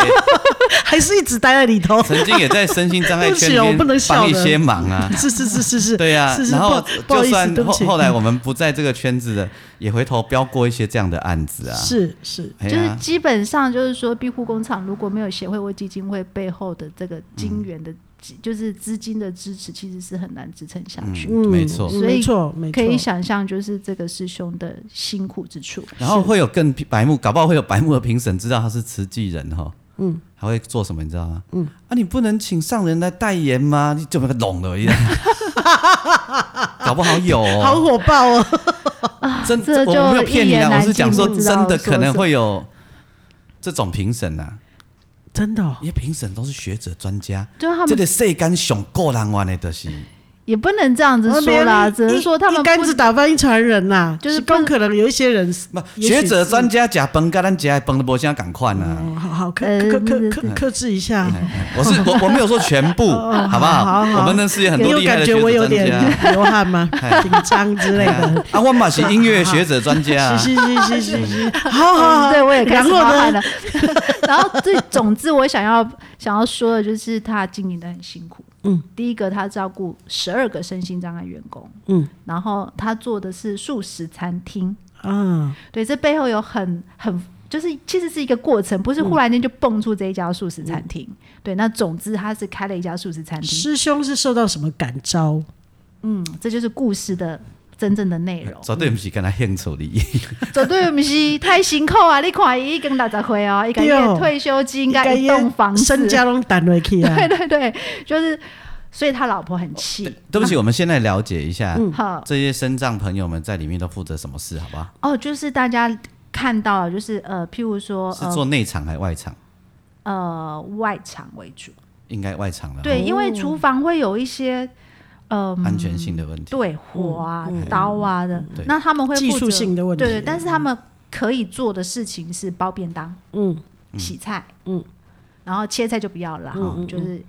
还是一直待在里头 曾经也在身心障碍对不起圈哦里我面不能笑帮一了些忙啊，是是是是是，对呀、是是，然后不好不就好意思，算对不后起，后来我们不在这个圈子的，也回头标过一些这样的案子啊。，是是，哎就是呀，基本上就是说，庇护工厂如果没有协会或基金会背后的这个金源的，就是资金的支持，其实是很难支撑下去。嗯没错所以没错，没可以错，想象，就是这个师兄的辛苦之处。然后会有更白目，搞不好会有白目的评审知道他是慈济人哈。嗯，还会做什么你知道吗？嗯，啊，你不能请上人来代言吗？你怎么个拢了一样？搞不好有、好哦，火爆哦，真这就我没有骗你一言啊，难我尽是讲说不知道真的说可能什么会有这种评审啊，真的哦，因为评审都是学者专家，就是他这们个世间上个人玩的就是。也不能这样子说啦，只是说他们一竿不子打翻一船人呐，就是不更可能有一些人不，也许学者是专家假崩，跟咱假崩的波现在赶快呢。哦，好好克呃克克对克对克制一下，我是我我没有说全部，好嗯不哦好好好我们认识也很你多有厉害感的觉学我者有专点家流汗吗？哎紧张之类哎的。 啊，我嘛是音乐学者专家 啊。是是是是是，好好好，对我也开然始后冒汗呢，了。 然后这总之，我想要想要说的就是他经营的很辛苦。嗯，第一个他照顾十二个身心障碍员工。嗯，然后他做的是素食餐厅。嗯，对，这背后有很很。就是其实是一个过程，不是嗯忽然间就蹦出这一家素食餐厅。对，那总之他是开了一家素食餐厅，师兄是受到什么感召？嗯，这就是故事的真正的内 容。绝对不是跟他兴趣的，绝对不是太辛苦啊！你看伊已经六十岁哦，伊个对哦月退休金该一栋房子，身家拢担回去啊！ 对对对，就是，所以他老婆很气。嗯对不起，我们先来了解一下嗯好这些身障朋友们在里面都负责什么事，好不好？哦，就是大家看到，就是呃，譬如哦说是呃做内场还外场？呃外场为主，哦应该外场了，对，因为厨房会有一些嗯、安全性的问题。对火啊、刀啊的对，那他们会技负责术性的问题对对，但是他们可以做的事情是包便当，嗯，洗菜，嗯，然后切菜就不要了，哈就是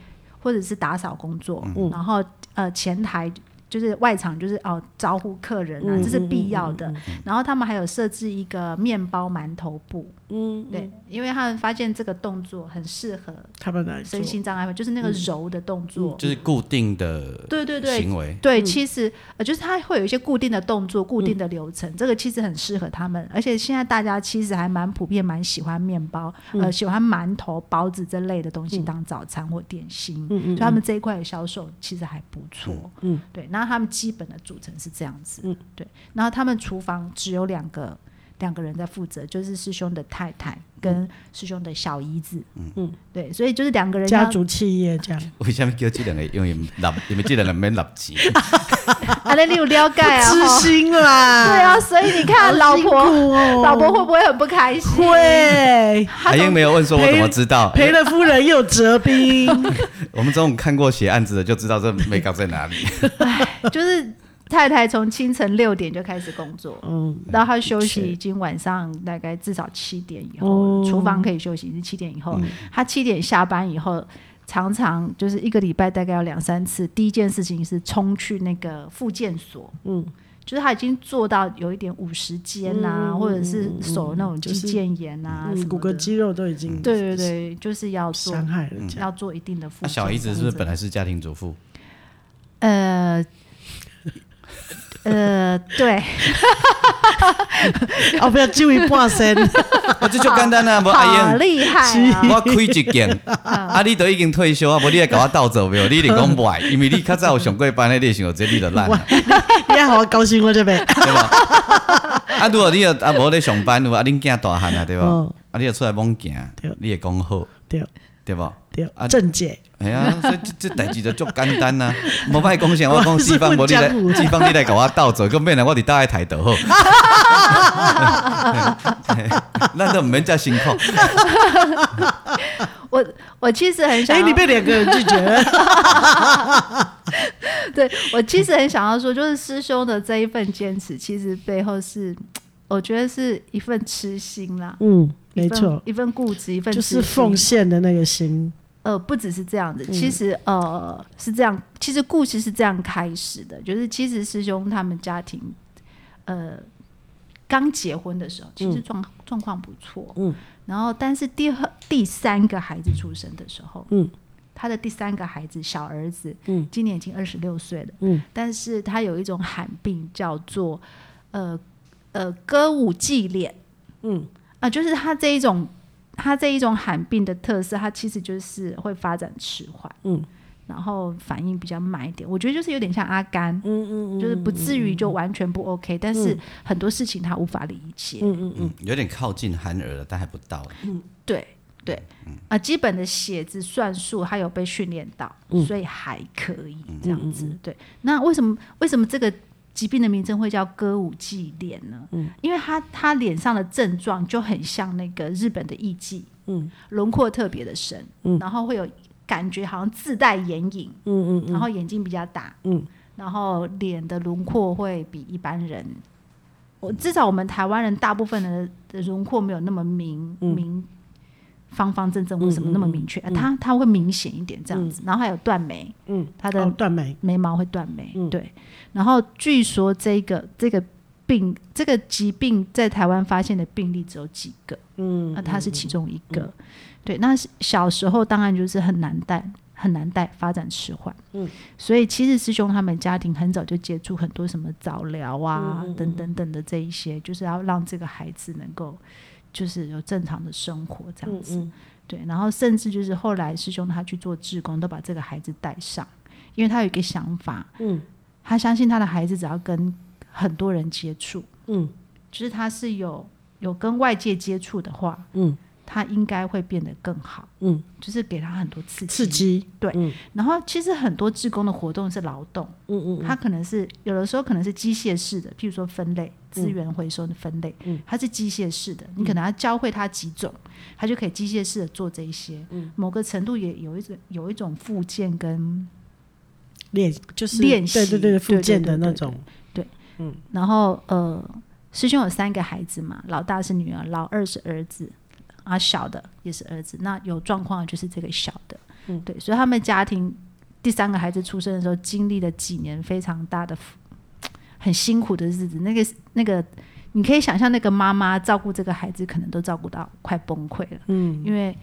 或者是打扫工作，然后呃前台。就是外场，就是哦招呼客人啊，这是必要的。然后他们还有设置一个面包馒头部，嗯，对，因为他们发现这个动作很适合他们来做身，心障碍，就是那个揉的动嗯作，嗯就是固定的对对对，行为，对，其实呃，就是它会有一些固定的动作、固定的流程，这个其实很适合他们。而且现在大家其实还蛮普遍，蛮喜欢面包，呃，喜欢馒头、包子这类的东西当早餐或点心，嗯所以他们这一块的销售其实还不错。嗯，对，那他们基本的组成是这样子，嗯，对。然后他们厨房只有两个。两个人在负责，就是师兄的太太跟师兄的小姨子，嗯嗯，对，所以就是两个人家要族企业这样，为什么叫这两个？因为拿你们这两个没拿 钱，啊，那你有了解 啊？知吼心啦，对啊，，所以你看，老好辛苦婆、哦老婆会不会很不开心？会她海英总啊没有问说我怎么知道，赔了夫人又折 兵，我们这种看过写案子的就知道这没搞在哪里。就是太太从清晨六点就开始工作，嗯，然后她休息已经晚上大概至少七点以后了，哦厨房可以休息是七点以后。嗯她七点下班以后，常常就是一个礼拜大概要两三次。第一件事情是冲去那个复健所，嗯，就是她已经做到有一点五十肩啊，嗯或者是手那种肌就是腱炎啊、什嗯么骨的骼肌肉都已经对对对，就是要做伤害人家。要做一定的复 嗯那健。小姨子是不是这样本来是家庭主 妇？呃，呃， 对，哦，不要注意半 身，啊，这就简单啊，无阿好英，厉害啊！ 我开一间，啊，你都已经退休啊，无你来甲我斗做没 有？你一定讲不爱，因为你较早有上过班，你想到这你就 烂了。你要好好高兴我这边。对吧？ 啊，如果你有啊，无咧上班，有啊，恁囝大汉啊，对吧？嗯啊，你就出来猛行对，你会讲好，对对吧？对啊，郑姐，哎呀，所以这这代志就足简单啊。无歹讲啥，我讲西方，无你来我是混江湖，西方你来甲我斗做，个免啊，我伫倒来台倒好。 咱都毋免遮辛苦，我我其实很想哎，要，你被两个人拒绝 了，对我其实很想要说，就是师兄的这一份坚持，其实背后是，我觉得是一份痴心啦，嗯，没一份错，一份固执，一份就痴是心奉献的那个心，呃，不只是这样子，嗯其实、呃是这样，其实故事是这样开始的，就是其实师兄他们家庭，呃，刚结婚的时候，其实状、状况不错，嗯，然后但是第二第三个孩子出生的时候，嗯。他的第三个孩子小儿子，嗯今年已经二十六岁了，嗯，但是他有一种罕病叫做，呃呃歌舞伎脸，嗯啊，就是他这一种，他这一种罕病的特色，它其实就是会发展迟缓，嗯，然后反应比较慢一点。我觉得就是有点像阿甘，嗯嗯就是不至于就完全不 OK，、但是很多事情他无法理解。嗯嗯嗯，有点靠近憨儿了，但还不到。啊对对，啊、基本的写字算术他有被训练到，所以还可以这样子。对，那为什么为什么这个疾病的名称会叫歌舞伎脸呢？因为他他脸上的症状就很像那个日本的艺妓，嗯，轮廓特别的深，嗯，然后会有感觉好像自带眼影，嗯嗯然后眼睛比较大，嗯，然后脸的轮廓会比一般人，嗯我至少我们台湾人大部分的的轮廓没有那么明、嗯明方方正正，为什么那么明确？它它会明显一点这样子，然后还有断眉，嗯，它的哦，嗯断眉，眉毛会断眉，对。然后据说这个这个病这个疾病在台湾发现的病例只有几个，嗯那他是其中一个。对，那是小时候当然就是很难带，很难带，发展迟缓。嗯，所以其实师兄他们家庭很早就接触很多什么早疗啊、嗯等等等的这一些，就是要让这个孩子能够就是有正常的生活这样嗯子。对，然后甚至就是后来师兄他去做志工，都把这个孩子带上，因为他有一个想法，嗯他相信他的孩子只要跟很多人接触，嗯就是他是有有跟外界接触的话，嗯他应该会变得更好，嗯，就是给他很多刺激。刺激，然后其实很多志工的活动是劳动，嗯嗯它可能是有的时候可能是机械式的，譬如说分类资源嗯回收的分类，它是机械式的，你可能要教会它几种，它就可以机械式的做这一些。嗯某个程度也有一种有一种附件跟，练就是练习对对对，对附件的对对那种，然后呃，师兄有三个孩子嘛，老大是女儿，老二是儿子，啊小的也是儿子，那有状况的就是这个小的，对，所以他们家庭第三个孩子出生的时候，经历了几年非常大的负很辛苦的日子，那个那个。你可以想象，那个妈妈照顾这个孩子，可能都照顾到快崩溃了。嗯，因为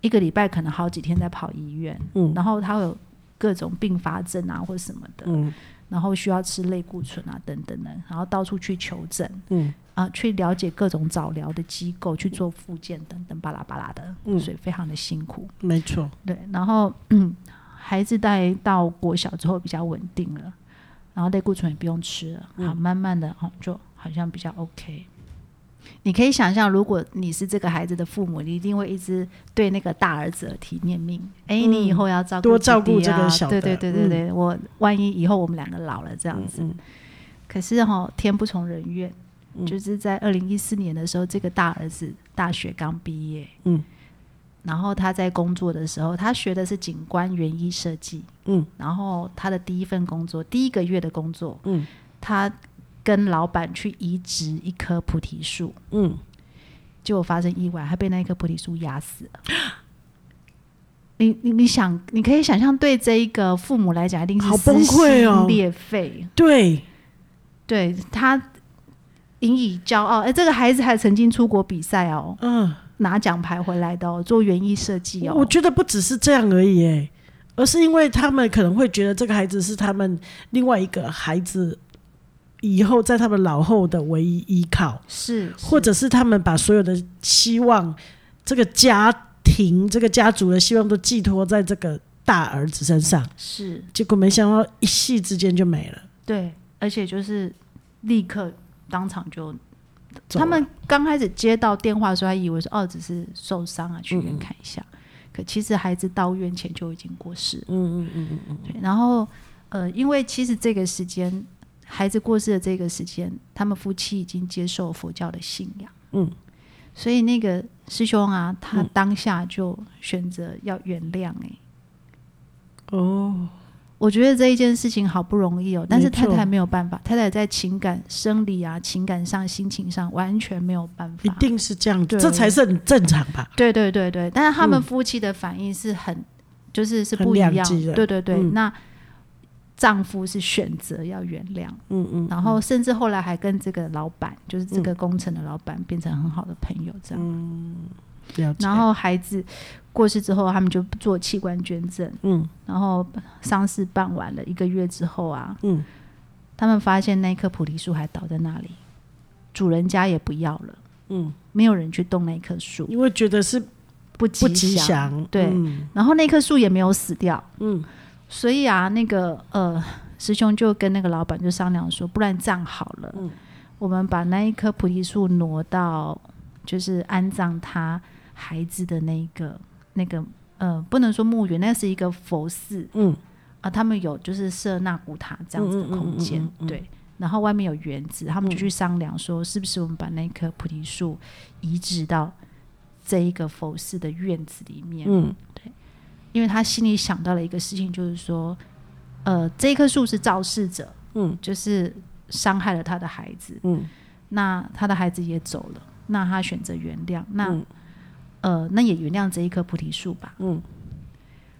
一个礼拜可能好几天在跑医院，嗯然后他会有各种并发症啊，或什么的，嗯然后需要吃类固醇啊等等的，然后到处去求诊嗯啊，去了解各种早疗的机构，去做复健等等巴拉巴拉的，嗯所以非常的辛苦。没错，对，然后 嗯，孩子带到国小之后比较稳定了，然后类固醇也不用吃了，嗯好，慢慢的哦，就好像比较 OK。你可以想象，如果你是这个孩子的父母，你一定会一直对那个大儿子耳提面命。哎、嗯你以后要照顾多弟弟照顾这啊个小对的嗯对对对对，我万一以后我们两个老了这样子，可是哈、天不从人愿，嗯就是在二零一四年的时候，这个大儿子大学刚毕业，嗯，然后他在工作的时候，他学的是景观园艺设计，嗯，然后他的第一份工作，第一个月的工作，嗯，他跟老板去移植一棵菩提树，嗯，结果发生意外，他被那一棵菩提树压死了。你你你想，你可以想象，对这一个父母来讲，一定是好崩溃哦撕心裂肺。对，对他引以骄傲。哎、这个孩子还曾经出国比赛哦，嗯，拿奖牌回来的哦，做园艺设计哦。我觉得不只是这样而已、欸，而是因为他们可能会觉得这个孩子是他们另外一个孩子以后在他们老后的唯一依靠，是是或者是他们把所有的希望，这个家庭、这个家族的希望都寄托在这个大儿子身上，是，结果没想到一夕之间就没了。对，而且就是立刻当场就，走了他们刚开始接到电话的时候，还以为说哦只是受伤啊，去嗯医院看一下。可其实孩子到院前就已经过世了。嗯嗯嗯嗯然后呃，因为其实这个时间。孩子过世的这个时间，他们夫妻已经接受佛教的信仰。嗯，所以那个师兄啊，他当下就选择要原谅、欸。哦，我觉得这一件事情好不容易哦，但是没错太太没有办法，太太在情感、生理啊、情感上、心情上完全没有办一法。定是这样，对这才是很正常吧？对对对对，但是他们夫妻的反应是很，就是是不一样嗯很两极的对对对，嗯那丈夫是选择要原谅，嗯嗯，然后甚至后来还跟这个老板，就是这个工程的老板，变成很好的朋友嗯这样。了解。然后孩子过世之后，他们就做器官捐赠。嗯，然后丧事办完了一个月之后啊，嗯，他们发现那棵菩提树还倒在那里，主人家也不要了，嗯，没有人去动那棵树，因为觉得是不不吉吉祥，对嗯然后那棵树也没有死掉，嗯，所以啊，那个呃师兄就跟那个老板就商量说，不然这样好了，嗯我们把那一棵菩提树挪到就是安葬他孩子的那一个那个呃不能说墓园，那是一个佛寺，嗯啊，他们有就是设纳古塔这样子的空间，嗯嗯嗯嗯嗯嗯嗯对。然后外面有园子，他们就去商量说，是不是我们把那棵菩提树移植到这一个佛寺的院子里面？嗯因为他心里想到了一个事情，就是说，呃，这棵树是肇事者，嗯，就是伤害了他的孩子，嗯，那他的孩子也走了，那他选择原谅，那、嗯呃，那也原谅这一棵菩提树吧，嗯，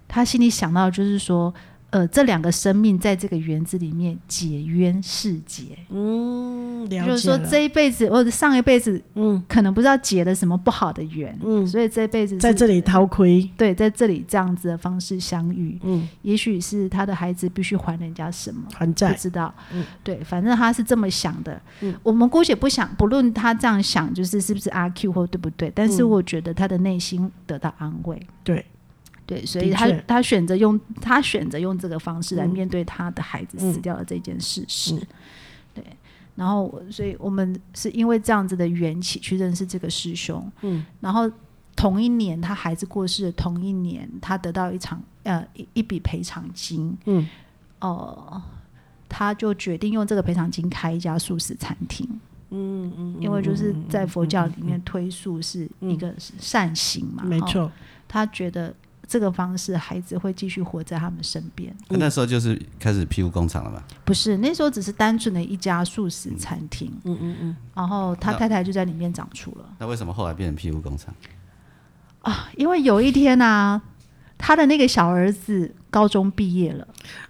他心里想到的就是说，呃，这两个生命在这个园子里面解冤释结，嗯，了解了。就是说这一辈子或者上一辈子嗯可能不知道结了什么不好的缘，嗯，所以这辈子是在这里掏亏，对，在这里这样子的方式相遇，嗯，也许是他的孩子必须还人家什么，还不债，知道。嗯对，反正他是这么想的。嗯我们姑且不想，不论他这样想，就是是不是阿 Q 或对不对，但是嗯我觉得他的内心得到安慰。对对，所以的他确他选择用他选择用这个方式来嗯面对他的孩子嗯死掉了这件事实。嗯对，然后我所以我们是因为这样子的缘起去认识这个师兄。嗯，然后同一年他孩子过世的同一年，他得到一场呃一一笔赔偿金。嗯，呃，他就决定用这个赔偿金开一家素食餐厅。嗯嗯，因为就是在佛教里面推素是一个善行嘛，没哦错，他觉得这个方式孩子会继续活在他们身边。那啊那时候就是开始庇护工厂了嘛，不是那时候只是单纯的一家素食餐厅，嗯嗯嗯，然后他那太太就在里面长出了那为什么后来变成庇护工厂？啊。因为有一天呢、啊他的那个小儿子高中毕业了，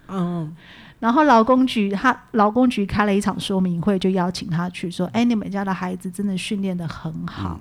嗯，然后劳工局他劳工局开了一场说明会，就邀请他去说：“哎，你们家的孩子真的训练的很好。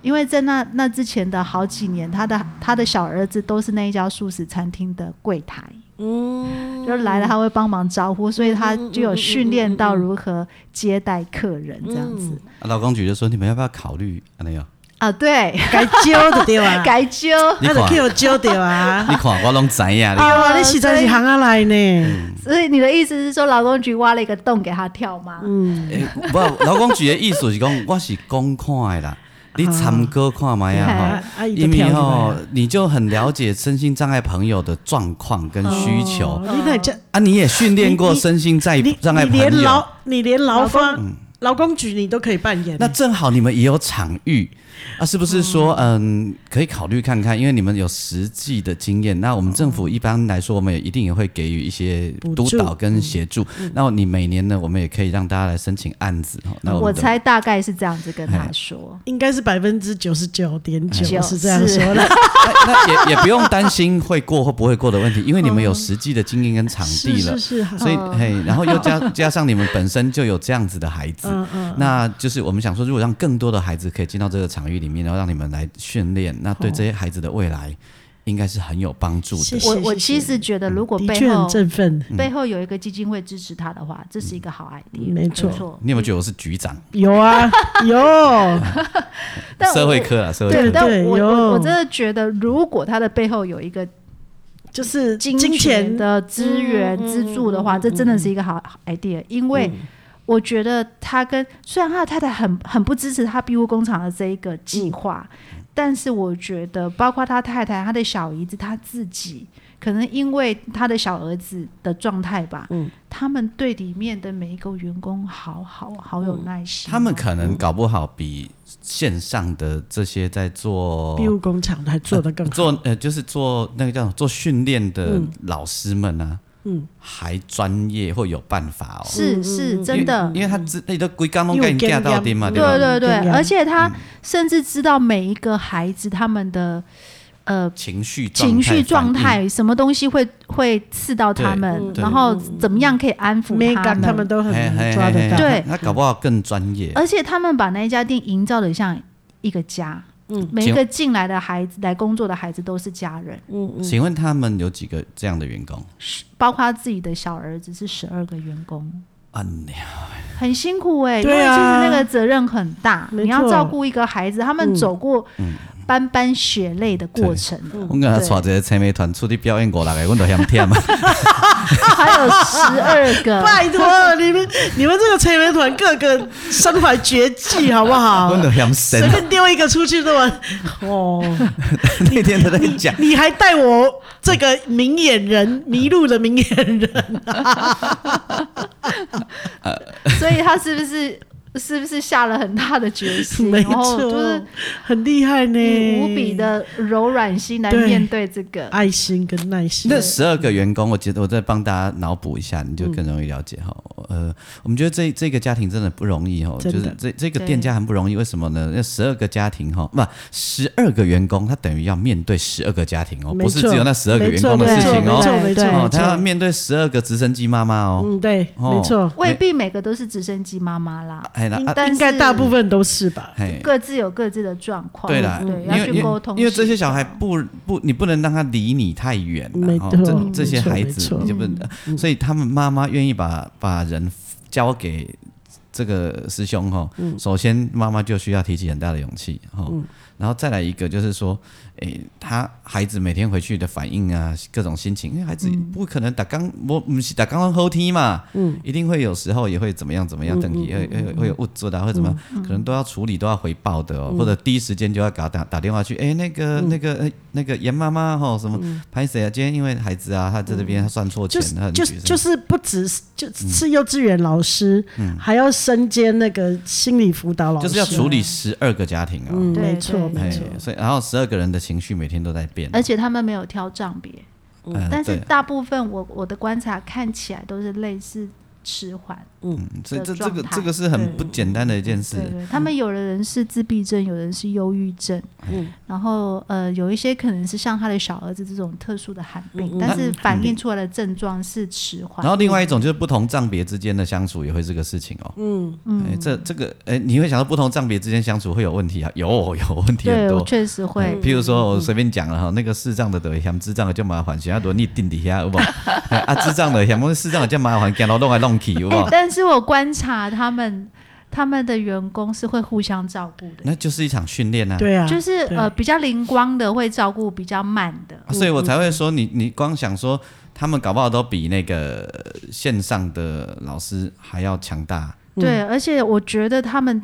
因为在那那之前的好几年，他的他的小儿子都是那一家素食餐厅的柜台，嗯，就是来了他会帮忙招呼，所以他就有训练到如何接待客人这样子、啊劳工局就说你们要不要考虑？啊，那样，啊，对，该揪的对吧？ 改纠你那就看，去我揪的啊 你。看我拢知呀，你对啊，你实在是行啊来嗯呢，所以你的意思是说，劳工局挖了一个洞给他跳吗？嗯诶，不，劳工局的意思是讲，我是公看的啦，你参考看嘛哎呀啊吼，啊伊就因为跳出吼来，你就很了解身心障碍朋友的状况跟需求哦你那这，啊，你也训练过你身心在你障碍你朋连友，劳你连劳方劳工局你都可以扮演。嗯那正好你们也有场域，啊，是不是说哦嗯可以考虑看看？因为你们有实际的经验，那我们政府一般来说，我们也一定也会给予一些哦补督助嗯导跟协助。那你每年呢，我们也可以让大家来申请案子。哦那我们的猜大概是这样子跟他说。应该是百分之九十九点九九是这样说的，哎那也也不用担心会过或不会过的问题，因为你们有实际的经验跟场哦是地了是。哦是，好所以，嘿，然后又加加上你们本身就有这样子的孩子，嗯嗯，那就是我们想说，如果让更多的孩子可以进到这个场域里面，然后让你们来训练，那对这些孩子的未来应该是很有帮助哦谢的。谢我我谢其谢实觉得，如果的背确很后振奋，背后有一个基金会支持他的话，这是一个好 idea，嗯没错错。你有没有觉得我是局长？有 啊有，但社会我科啊，社会对，对科。但对我有我我真的觉得，如果他的背后有一个就是金金钱的资源嗯嗯嗯资助的话，这真的是一个好好 idea，因为。我觉得他跟虽然他的太太很很不支持他庇护工厂的这一个计划，嗯但是我觉得包括他太太、他的小姨子、他自己，可能因为他的小儿子的状态吧，嗯他们对里面的每一个员工好好好有耐心嗯哦、他们可能搞不好比线上的这些在做庇护工厂还做得更好，哦做呃，就是做那个叫什么做训练的老师们啊，嗯，还专业或有办法哦。嗯是是真的，因为他知那都规刚弄给你架到底嘛，嗯吧？对对对对，呀而且嗯他甚至知道每一个孩子他们的呃情绪状态情绪状反应，嗯态，什么东西会会刺到他们对，对然后怎么样可以安抚 mega 他他们。都很嘿嘿抓得嘿嘿到，对他他搞不好更专业。而且他们把那一家店营造的像一个家，嗯，每一个进来的孩子来工作的孩子都是家人，请问他们有几个这样的员工？是包括自己的小儿子是十二个员工，啊，你很辛苦哎、因对为啊其实那个责任很大，没你要错照顾一个孩子，他们走过斑斑血泪的过程，我跟他带一个青梅团出去表演五六个，我都嫌忝 啊。还有十二 个，拜托你们你们这个成员团个个身怀绝技好不好我？都嫌随 神。啊便丢一个出去都完，哦， 那天他在讲，你还带我这个明眼人迷路的明眼 人，所以他是不是是不是下了很大的决心，没然后错，哦就是很厉害呢，嗯以无比的柔软心来对面对这个。啊爱心跟耐心。那十二个员工，我觉得我再帮大家脑补一下，你就嗯更容易了解哈。呃，我们觉得这这个家庭真的不容易哦，就真的是这这个对店家很不容易，为什么呢？那十二个家庭哈，不，十二个员工，他等于要面对十二个家庭哦，没不是错只有那十二个没员错工的没事错情没哦，错没错，对哦，没他要错面对十二个直升机妈妈哦。嗯，对，哦没错，未必每个都是直升机妈妈啦，哎，那啊但是应该大部分都是吧？哎，各自有各自的状况，对啦，对，因为要因为去沟通协调，因为这些小孩不不，你不能让他离你太远了没哦。错这没这些错孩没子错你就不能，嗯所以他们妈妈愿意把把人交给这个师兄哈。嗯首先，妈妈就需要提起很大的勇气哈。然后再来一个就是说，诶，他孩子每天回去的反应啊，各种心情，因为孩子嗯不可能打刚，我不是打刚刚后踢嘛，嗯，一定会有时候也会怎么样怎么嗯样，等体会会会有误作啊，或者怎么样，可能都要处理，都要回报的嗯哦，或者第一时间就要给他打打电话去，诶，那个那个呃那个严妈妈吼什么拍谁啊？今天因为孩子啊，他在这边他算嗯错就钱，是他很嗯就沮是丧就是不只是就是幼稚园老师，还要身兼那个心理辅导老师，嗯啊就是要处理十二个家庭啊，嗯，对没错没对哎错，，所以然后十二个人的情绪每天都在变，而且他们没有挑账别，嗯但是对大部分我我的观察看起来都是类似迟缓，所以这的这状个态这个是很不简单的一件事对，对，他们有的人是自闭症，有人是忧郁症，嗯然后呃，有一些可能是像他的小儿子这种特殊的罕病，嗯但是反映出来的症状是迟缓。然后另外一种就是不同障别之间的相处也会是个事情哦。嗯嗯，这这个哎、你会想到不同障别之间相处会有问题啊？有有问题很对我多。嗯哎确实会，嗯譬如说，我随便讲了哈，那个视障的对嫌智障的就麻烦，想要轮你定底下有 无？哎啊，智障的嫌我视障的就麻烦，行到弄来弄去有哎、无？但是我观察他们，他们的员工是会互相照顾的，那就是一场训练啊。对啊，就是对呃比较灵光的会照顾比较慢的，啊所以我才会说你，你光想说他们搞不好都比那个呃线上的老师还要强大。对，而且我觉得他们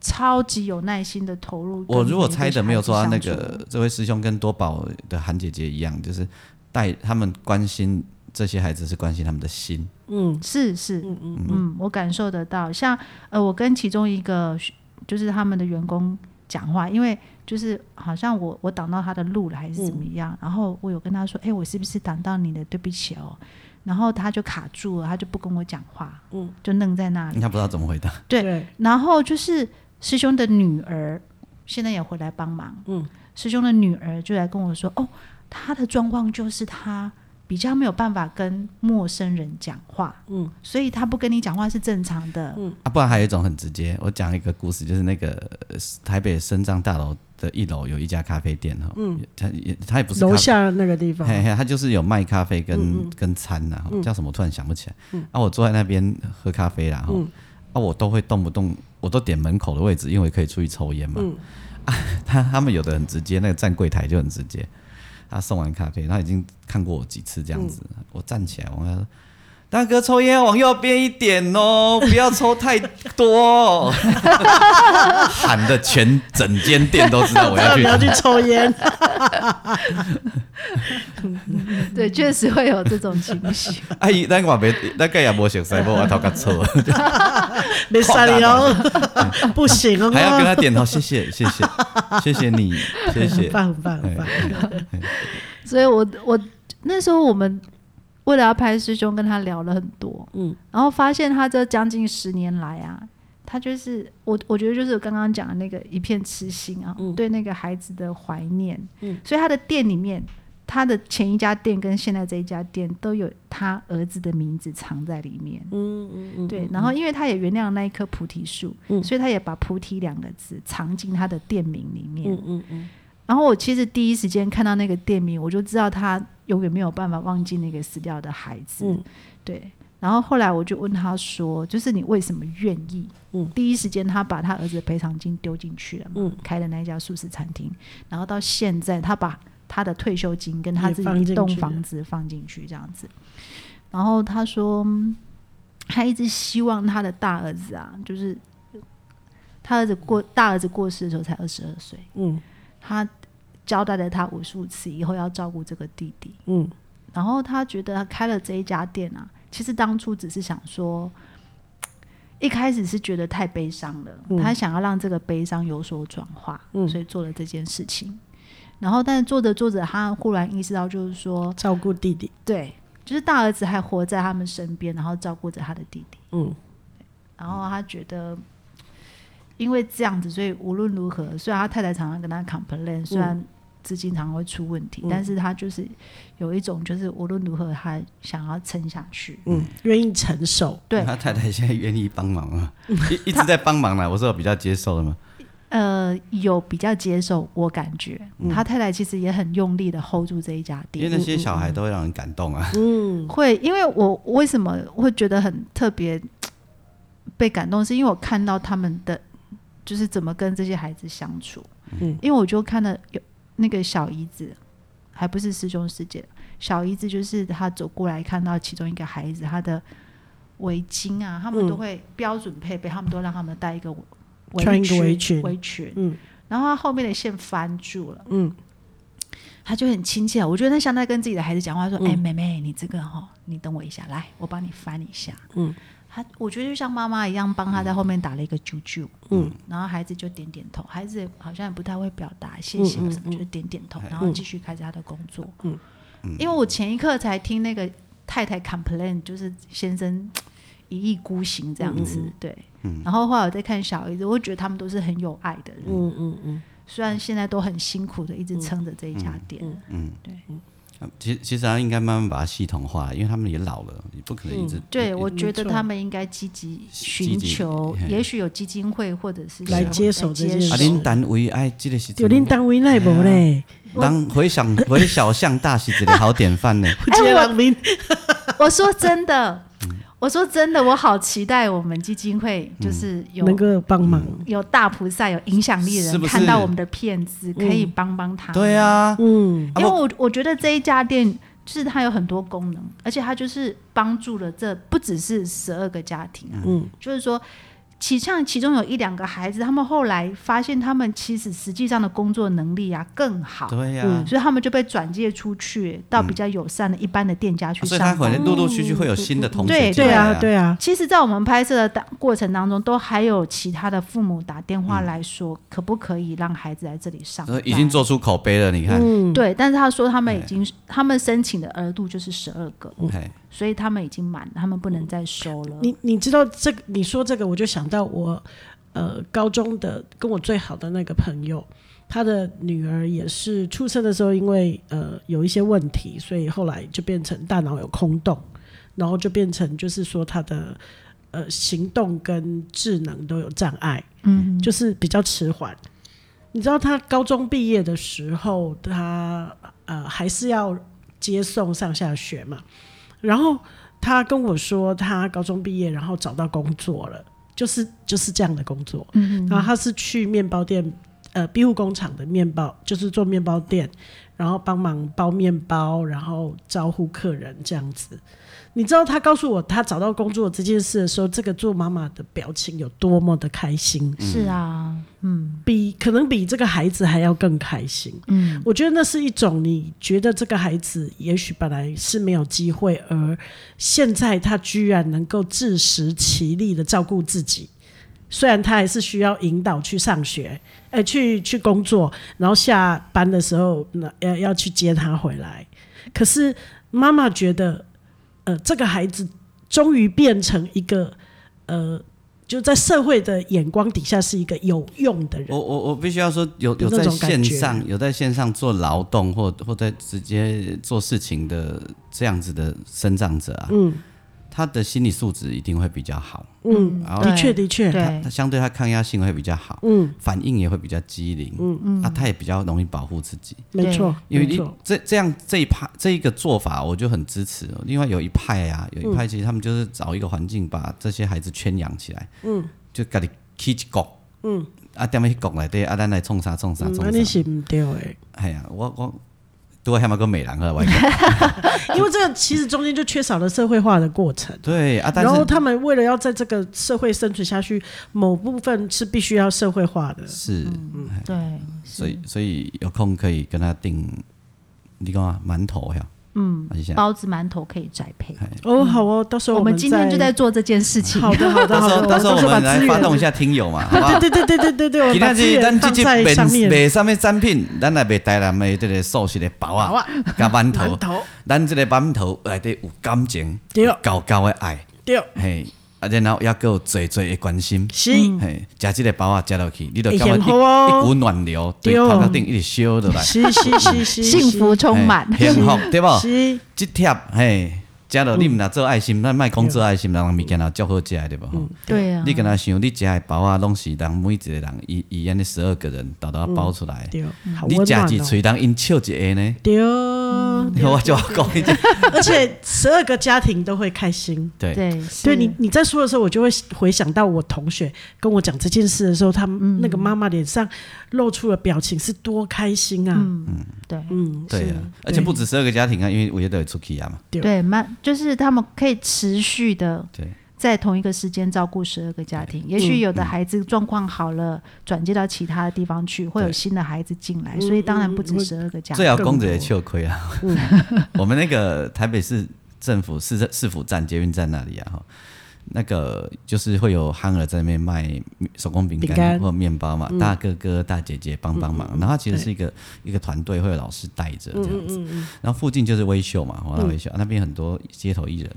超级有耐心的投入。我如果猜的没有错，错，啊他那个这位师兄跟多宝的韩姐姐一样，就是带他们关心这些孩子是关心他们的心。嗯是是，嗯嗯我感受得到。像呃，我跟其中一个就是他们的员工讲话，因为就是好像我我挡到他的路了还是怎么样，然后我有跟他说，哎、我是不是挡到你的？对不起哦。然后他就卡住了，他就不跟我讲话，嗯，就愣在那里。他不知道怎么回答，啊对对，然后就是师兄的女儿现在也回来帮忙，嗯，师兄的女儿就来跟我说，哦，她的状况就是她比较没有办法跟陌生人讲话，嗯，所以她不跟你讲话是正常的，啊，不然还有一种很直接。我讲一个故事，就是那个呃台北深藏大楼的一楼有一家咖啡店哈，嗯，它也它也不是咖楼下那个地方，嘿嘿，他就是有卖咖啡跟、嗯跟餐啊呐、吼叫什么？我突然想不起来。啊，我坐在那边喝咖啡啦，嗯吼啊，我都会动不动我都点门口的位置，因为可以出去抽烟嘛。嗯啊，他他们有的很直接，那个站柜台就很直接。他送完咖啡，他已经看过我几次这样子，嗯我站起来，我跟他说。大哥，抽烟往右边一点哦，不要抽太多、哦。 喊的全整间店都知道我 要不去 要去抽烟。对，确实会有这种情形。阿姨，哎咱话袂，咱个也无熟悉，无我头壳错，没杀你哦， 不行哦，啊还要跟他点头，谢谢，谢谢，谢谢你，谢很谢。 哎棒很棒很棒，所以我我那时候我们为了要拍师兄，跟他聊了很多，嗯嗯，然后发现他这将近十年来啊，他就是我我觉得就是刚刚讲的那个一片痴心啊，对那个孩子的怀念，嗯所以他的店里面。他的前一家店跟现在这一家店都有他儿子的名字藏在里面，嗯嗯嗯，对。然后，因为他也原谅那一棵菩提树，嗯所以他也把“菩提”两个字藏进他的店名里面。嗯嗯嗯，然后我其实第一时间看到那个店名，我就知道他永远没有办法忘记那个死掉的孩子。嗯对。然后后来我就问他说：“就是你为什么愿意？”嗯第一时间他把他儿子的赔偿金丢进去了嘛，嗯开的那一家素食餐厅，然后到现在他把他的退休金跟他也自放己进一栋去了房子放进去这样子。然后他说，嗯他一直希望他的大儿子啊，就是他儿子过大儿子过世的时候才二十二岁，嗯他交代了他无数次，以后要照顾这个弟弟。嗯然后他觉得他开了这一家店啊，其实当初只是想说，一开始是觉得太悲伤了，嗯他想要让这个悲伤有所转化，嗯所以做了这件事情。然后，但是做着做着，他忽然意识到，就是说，照顾弟弟，对，就是大儿子还活在他们身边，然后照顾着他的弟弟。嗯然后他觉得，因为这样子，所以无论如何，虽然他太太常常跟他 complain，虽嗯然资金常常会出问题，嗯但是他就是有一种就是无论如何他想要撑下去。嗯，愿意承受，对，他太太现在愿意帮忙 啊，一一直在帮忙啦。我说我比较接受了嘛，呃，有比较接受，我感觉、他太太其实也很用力的 hold 住这一家嗯因为店。那些小孩都会让人感动啊。嗯会，因为我为什么会觉得很特别被感动，是因为我看到他们的就是怎么跟这些孩子相处。嗯因为我就看到有那个小姨子，还不是师兄师姐，小姨子就是她走过来看到其中一个孩子，她的围巾啊，他们嗯都会标准配备，他们都让他们带一个围穿一个围裙围裙，嗯然后她后面的线翻住了。嗯他就很亲切，我觉得他像在跟自己的孩子讲话，嗯说：“哎、妹妹，你这个哈、你等我一下，来，我帮你翻一下。”嗯，他我觉得就像妈妈一样，帮他在后面打了一个啾啾。嗯，然后孩子就点点头，孩子也好像也不太会表达谢谢嗯嗯什么，嗯就是点点头，然后继续开始他的工作。嗯，因为我前一刻才听那个太太 complain，就是先生一意孤行这样嗯子，对。然后后来我在看小姨子，我觉得他们都是很有爱的人，嗯嗯嗯，虽然现在都很辛苦的一直撑着这一家店。嗯啊其其实他应该慢慢把它系统化，因为他们也老了，你不可能一嗯直对，我觉没得错他们应该积极积寻极求嘿，也许有基金会或者是来什么接手这件啊，事恁单位哎，这个时有恁单位内无嘞，当回想回小向大是一个好典范 呢。不接人民，我说真的，嗯我说真的，我好期待我们基金会就是 有能够帮忙，有大菩萨、有影响力的是人不是看到我们的片子，可以帮帮他。对，啊，嗯因为我我觉得这一家店。就是它有很多功能，而且它就是帮助了这不只是十二个家庭啊，嗯就是说其像其中有一两个孩子，他们后来发现他们其实实际上的工作能力啊更好，嗯对呀、嗯所以他们就被转介出去到比较友善的一般的店家去啊所以他上可班。能陆陆续续会有新的同学对进对来啊，对啊，其实，在我们拍摄的当过程当中，都还有其他的父母打电话来说，可不可以让孩子来这里上嗯所班？以已经做出口碑了，你看，嗯嗯对，但是他说他们已经他们申请的额度就是十二个，哎，所以他们已经满了，他们不能再收了。你你知道这个？你说这个，我就想到我呃高中的跟我最好的那个朋友，他的女儿也是出生的时候，因为呃有一些问题，所以后来就变成大脑有空洞，然后就变成就是说他的呃行动跟智能都有障碍，嗯，就是比较迟缓。你知道他高中毕业的时候，他呃还是要接送上下学嘛，然后他跟我说，他高中毕业，然后找到工作了，就是就是这样的工作。嗯然后他是去面包店，呃，庇护工厂的面包，就是做面包店，然后帮忙包面包，然后招呼客人这样子。你知道他告诉我他找到工作这件事的时候，这个做妈妈的表情有多么的开心，是啊，嗯比可能比这个孩子还要更开心。嗯，我觉得那是一种你觉得这个孩子也许本来是没有机会，而现在他居然能够自食其力的照顾自己。虽然他还是需要引导去上学，呃，去去工作，然后下班的时候那要要去接他回来。可是妈妈觉得，呃，这个孩子终于变成一个，呃，就在社会的眼光底下是一个有用的人。我我我必须要说，有有有那在种感线觉上有在线上做劳动或或在直接做事情的这样子的生长者啊，嗯，他的心理素质一定会比较好，嗯，然后的确，的确，对他相对他抗压性会比较好，嗯，反应也会比较机灵，嗯嗯，啊，他也比较容易保护自己，没错，因为没你错这这样这一派这一个做法，我就很支持哦。另外有一派啊，嗯有一派其实他们就是找一个环境把这些孩子圈养起来，嗯，就家己起一国，嗯，啊，踮迄国内底啊，咱来创啥创啥嗯，创安尼啥，是唔对诶，哎呀，我我多还嘛个美人啊，外国 因为这个其实中间就缺少了社会化的过程。对啊，但然后是他们为了要在这个社会生存下去，某部分是必须要社会化的。是，嗯对，所以所以有空可以跟他订，你讲啊，馒头呀，嗯，一啊下，包子馒头可以宅配。嗯哦，好哦，到时候我们们今天就在做这件事情。好 的，好的，到好时的，候到时候我把们资来发动源，一下听友嘛，好不好？对对对对对对， 我 今们把天资是咱源放这集在卖上面。卖啥物产品，咱也卖台南的这个素食的 包好啊、啊，甲馒馒头，头，咱这个馒头内底有感情，对有厚厚的爱，对，嘿，啊，然后也有最最的关心，是，嗯嘿，食这个包啊，食落去，你就嗯会感觉幸福哦一一股暖流对对哦头壳顶一直烧落来，哦是是是是，幸福充满，嘿幸福对不？是这贴嘿，食落你毋若做爱心，咱莫讲做爱心，人物件若足好食的对不？嗯吼 对啊，你敢若想，你食的包啊，拢是人每一个人伊伊安尼十二个人豆豆包出来的。对，好你温暖食一哦。喙人因笑一下呢，对， 我就要讲一句，而且十二个家庭都会开心。对，对，对是你，你在说的时候，我就会回想到我同学跟我讲这件事的时候，他们那个妈妈脸上露出了表情，是多开心啊！嗯，对嗯，对是啊，而且不止十二个家庭啊，因为我也得出去啊嘛，对对，慢就是他们可以持续的对，在同一个时间照顾十二个家庭。也许有的孩子状况好了，转接到其他的地方去，会有对新的孩子进嗯来，所以当然不止十二个家最庭。好公子也吃亏啊。我们那个台北市政府市政市府站捷运站那里啊，哈，那个就是会有憨儿在那边卖手工饼饼干嗯干或面包嘛，大哥哥大姐姐帮帮忙，然后其实是一个一个团队，会有老师带着这样子，然后附近就是微秀嘛，华纳微秀、啊那边很多街头艺人。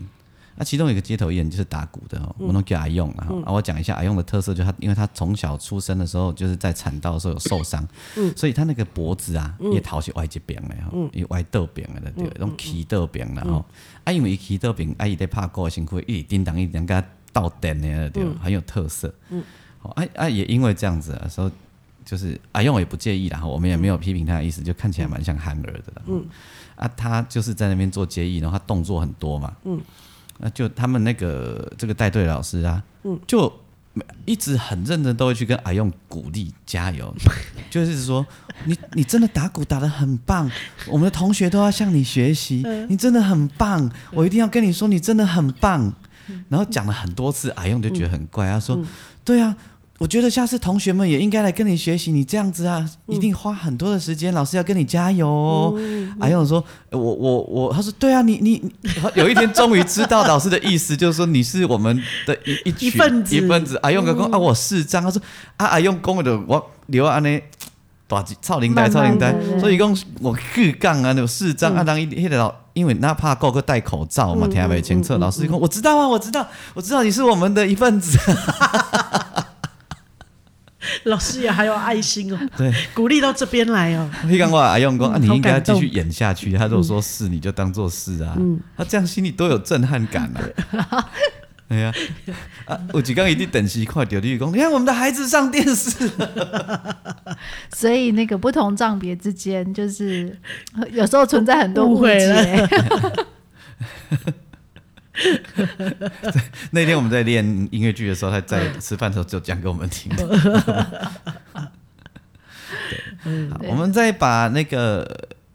那、其中有一个街头艺人就是打鼓的哦，我都叫阿用啊。啊，我讲一下阿用的特色，就是他，因为他从小出生的时候就是在产道的时候有受伤，所以他那个脖子啊，也头是歪一边的吼，伊歪倒边的就对了，拢起倒边啦吼。啊，因为伊起倒边，啊伊在拍鼓的身躯，一直叮当一直叮当，倒电的就对了，很有特色。嗯，好，啊啊，也因为这样子啊，所以就是阿用也不介意啦，吼我们也没有批评他的意思，就看起来蛮像憨儿的啦。嗯，啊，他就是在那边做接艺，然后他动作很多嘛。嗯，那就他们那个这个带队的老师啊，嗯，就一直很认真，都会去跟阿用鼓励加油，就是说你你真的打鼓打得很棒，我们的嗯同学都要向你学习，你真的很棒，我一定要跟你说你真的很棒。嗯然后讲了很多次，阿用就觉得很怪，他说：“对啊，我觉得下次同学们也应该来跟你学习，你这样子啊，嗯一定花很多的时间，老师要跟你加油哦。”嗯阿用说：“呃我我我，他说对啊，你你你有一天终于知道老师的意思，就是说你是我们的一一群一份子嗯一份子。”阿用刚刚啊，我四张，他说啊，阿用讲的我留啊安尼。大几操灵呆，操灵呆慢慢，来所以讲我去杠啊，有四嗯张啊，当一迄个老，因为哪怕够个戴口罩嘛，听袂清楚。嗯老师讲，我知道啊，我知道，我知道你是我们的一份子。 老师也还有爱心哦，对，鼓励到这边来哦。迄讲我阿用讲，啊，你嗯好应该要感继动续演下去。他如果说是，你就当做是啊。嗯他这样心里都有震撼感啊。 哎呀，啊，我只刚一定等时快点，你讲，你看我们的孩子上电视，所以那个不同障别之间，就是呃有时候存在很多误误会 解。那天我们在练音乐剧的时候，他在吃饭的时候就讲给我 们听。好，我们再把那个，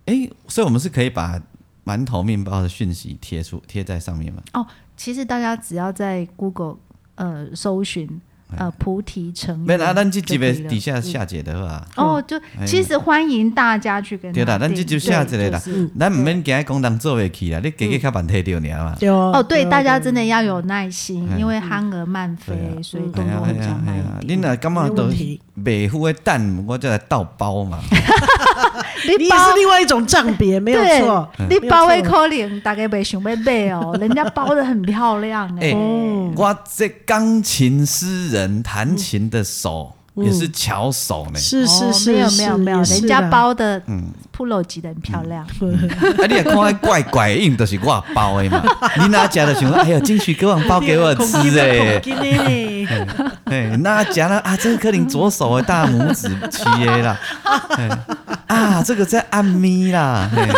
哎、所以我们是可以把馒头面包的讯息贴出贴在上面嘛？哦其实大家只要在 Google 呃搜寻呃菩提成没啦，员咱这集就可的以了底下下解的话，哦，就哎其实欢迎大家去跟对啦，他咱这订集对下一个啦就是，咱唔免惊讲人做袂起啦，你加嗯加较慢摕着尔啊嘛。对哦，哦，对，大家真的要有耐心，啊哎因为憨儿慢对飞，所以哎动呀作哎比较呀哎慢呀，一你点。若感觉没都问题袂赴的蛋，我就来倒包嘛。你你也包是另外一种障别，没有错。对，你包的可能大概袂想要 买哦，人家包的很漂亮哎、哎哦我这钢琴诗人弹琴的手也是巧手呢。嗯是是是，哦、没有是没有没有，也是啊嗯人家啦包的嗯 polo 级的很漂亮。 啊，你也看那怪怪的硬，就是我包 的嘛。你哪食就想说，哎呦，金曲歌王包给我吃 哎、恐惊呢哎，那夹了啊，这个可能左手的大拇指切 的啦，哎啊，这个在按咪啦，哎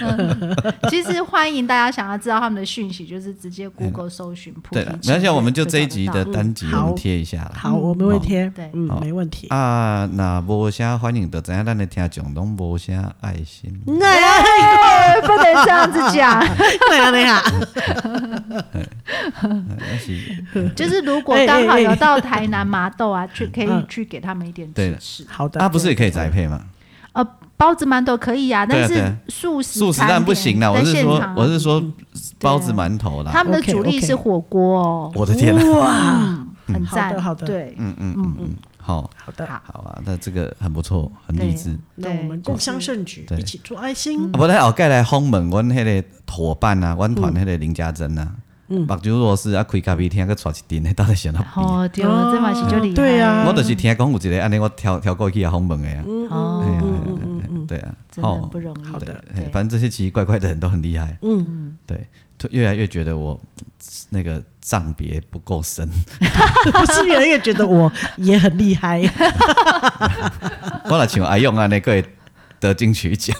嗯其实欢迎大家想要知道他们的讯息，就是直接 Google 搜寻菩提对 成了员，没关系，我们就找这一得集到的单集嗯我好们贴一下啦。好，我们会贴对，嗯好，没问题。啊，那无啥欢迎的，知影咱的听众拢无啥爱心。嗯那哎不能这样子 讲，那样那样，但是就是如果刚好有到台南麻豆啊，去可嗯以去给他们一点对支了持。好的，啊，不是也可以宅配吗？呃，包子馒头可以啊，对啊但对是啊素食素食餐蛋不点行啦，我在是现说场啊嗯我是说包子馒头啦。他们的主力 OK，OK 是火锅哦，我的天啊，哇，很赞，好的好的对，嗯嗯嗯嗯，好好的，好好啊，那这个很不错，很对励志。那对嗯我们共襄盛举对，一起做爱 心。啊，无咱后盖来访问阮迄个伙伴啊，阮团迄个林家珍啊，嗯目睭弱视啊，开咖啡厅个带一阵的，到底想到边？哦，对了，这马戏就厉害，对啊我就是听讲有一个安尼，我跳跳过去啊访问的啊，哎呀哦，哎呀对啊，真的很不容易，好对的，哎对反正这些奇奇怪怪的人都很厉害，嗯，对，就越来越觉得我那个障别不够深，不是越来越觉得我也很厉害，我若像阿勇安尼，个会得金曲奖，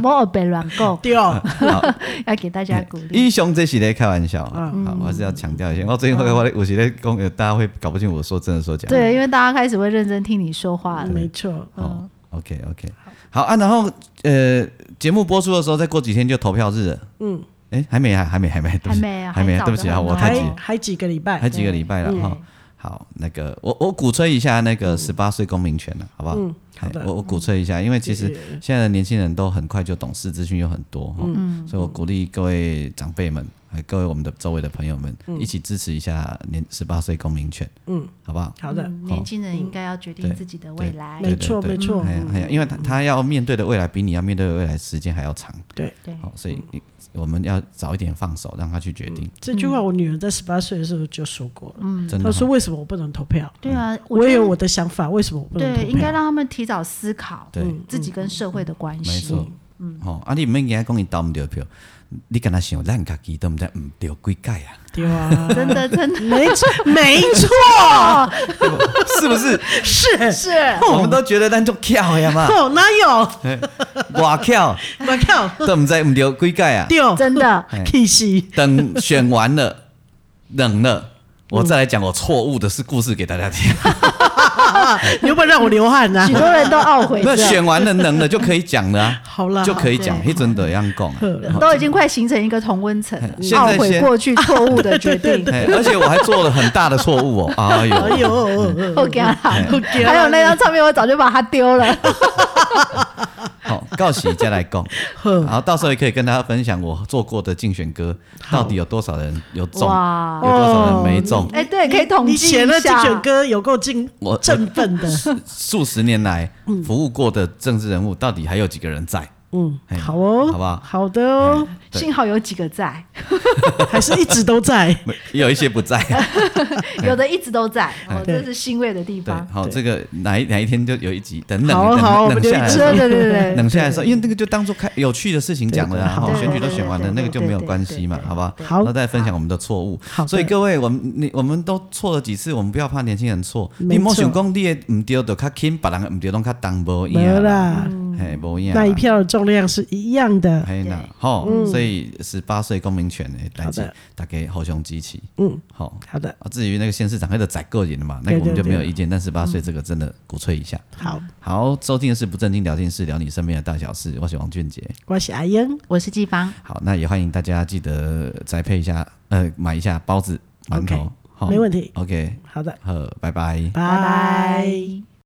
莫被乱讲， 对哦，好要给大家鼓励。以上这是在开玩笑啊，好，我还是要强调一下。我最近会我我是在讲，呃大家会搞不清我说真的说假的。对，因为大家开始会认真听你说话了。没错，哦，OK OK，好啊。然后呃，节目播出的时候，再过几天就投票日了。嗯，哎，还没啊，还没，还没，对不起还没啊还没啊，还早对不起啊，着呢我太急还了，还几个礼拜还，几个礼拜了对哈。好，那个我我鼓吹一下那个十八岁公民权了，好不好？嗯，好哎的，嗯我我鼓吹一下，因为其实谢谢现在的年轻人都很快就懂事，资讯又很多哈，嗯所以我鼓励各位长辈们，还各位我们的周围的朋友们，嗯一起支持一下年十八岁公民权，嗯，好不好？好的，嗯年轻人应该要决定自己的未来。没错对对没错嗯哎呀哎呀，因为他他要面对的未来比你要面对的未来时间还要长，对。对，好，所嗯以你我们要早一点放手，让他去决定，这句嗯话我女儿在十八岁的时候就说过了，真的她哈。说为什么我不能投票？对啊，嗯我也嗯觉有得我的想法，为什么我不能投对，票？应该让他们提早思考嗯对，自己跟社会的关没系错。，嗯，吼，啊，你毋免惊讲伊投毋对票，你敢若想咱家己都毋知毋对几届 啊，对啊，真的，真的 没 错没错，是不是？是是我们都觉得咱就巧呀 嘛，哦，哪有？我巧，我靠，都毋知毋对几 届啊。丢真 的，哎气死！等选完 嗯 了，冷了，我再来讲我错误的是故事给大家听。啦，你又不能让我流汗啊呐、许多人都懊悔那这，选完了能了就可以讲了啊， 好啦，就可以对讲，一真的样讲啊。嗯都已经快形成一个同温层了，嗯现在懊悔先过去错误 的决定。哎而且我还做了很大的错误哦，哎呦，哎呦，我给嗯他， OK 还有那张唱片，我早就把它 丢了。哦好，告喜再来供，呵然后到时候也可以跟大家分享我做过的竞选歌，到底有多少人有中，哇有多少人没哦中。哎，对，可以统计你一下。写了这首歌有够劲我，振奋的，数十年来服务过的政治人物，到底还有几个人在？嗯哎，好哦，好不好好的哦，对幸好有几个在，哎 还是一直都在，没也有一些不在。有的一直都在，哦，对这是欣慰的地对方，。好，哎对这个哪一哪一天就有一集，等好冷好等我们冷就下一来的直哦时候对对对对对，冷下来的时候，因为那个就当做开有趣的事情讲了啊，对对哈对选举都对选完了，对那个就没有对对关系嘛对，对好不好？好然后再分享我们的错误好。的所以各位，我们你我们都错了几次，我们不要怕年轻人错。没你莫错想讲你的唔对，就较轻，别人唔对，拢较重无 没影啦，哎啦，嗯嘿，无影啦。那一票的重量是一样的，嘿啦对，吼，所以十八岁公民权的代好志的，大家互相支持，嗯，好。好的，啊，至于那个县市长，那个宰个人的嘛，那个我们对对就没有对嗯意见。但十八岁这个真的鼓吹一下。好，好，收听的是不正经聊天室，聊你身边的大小事。我是王俊杰。我是阿英，我是季芳，好，那也欢迎大家记得宅配一下，呃，买一下包子、馒头。好没问题 OK，好的，好，拜拜。拜拜。。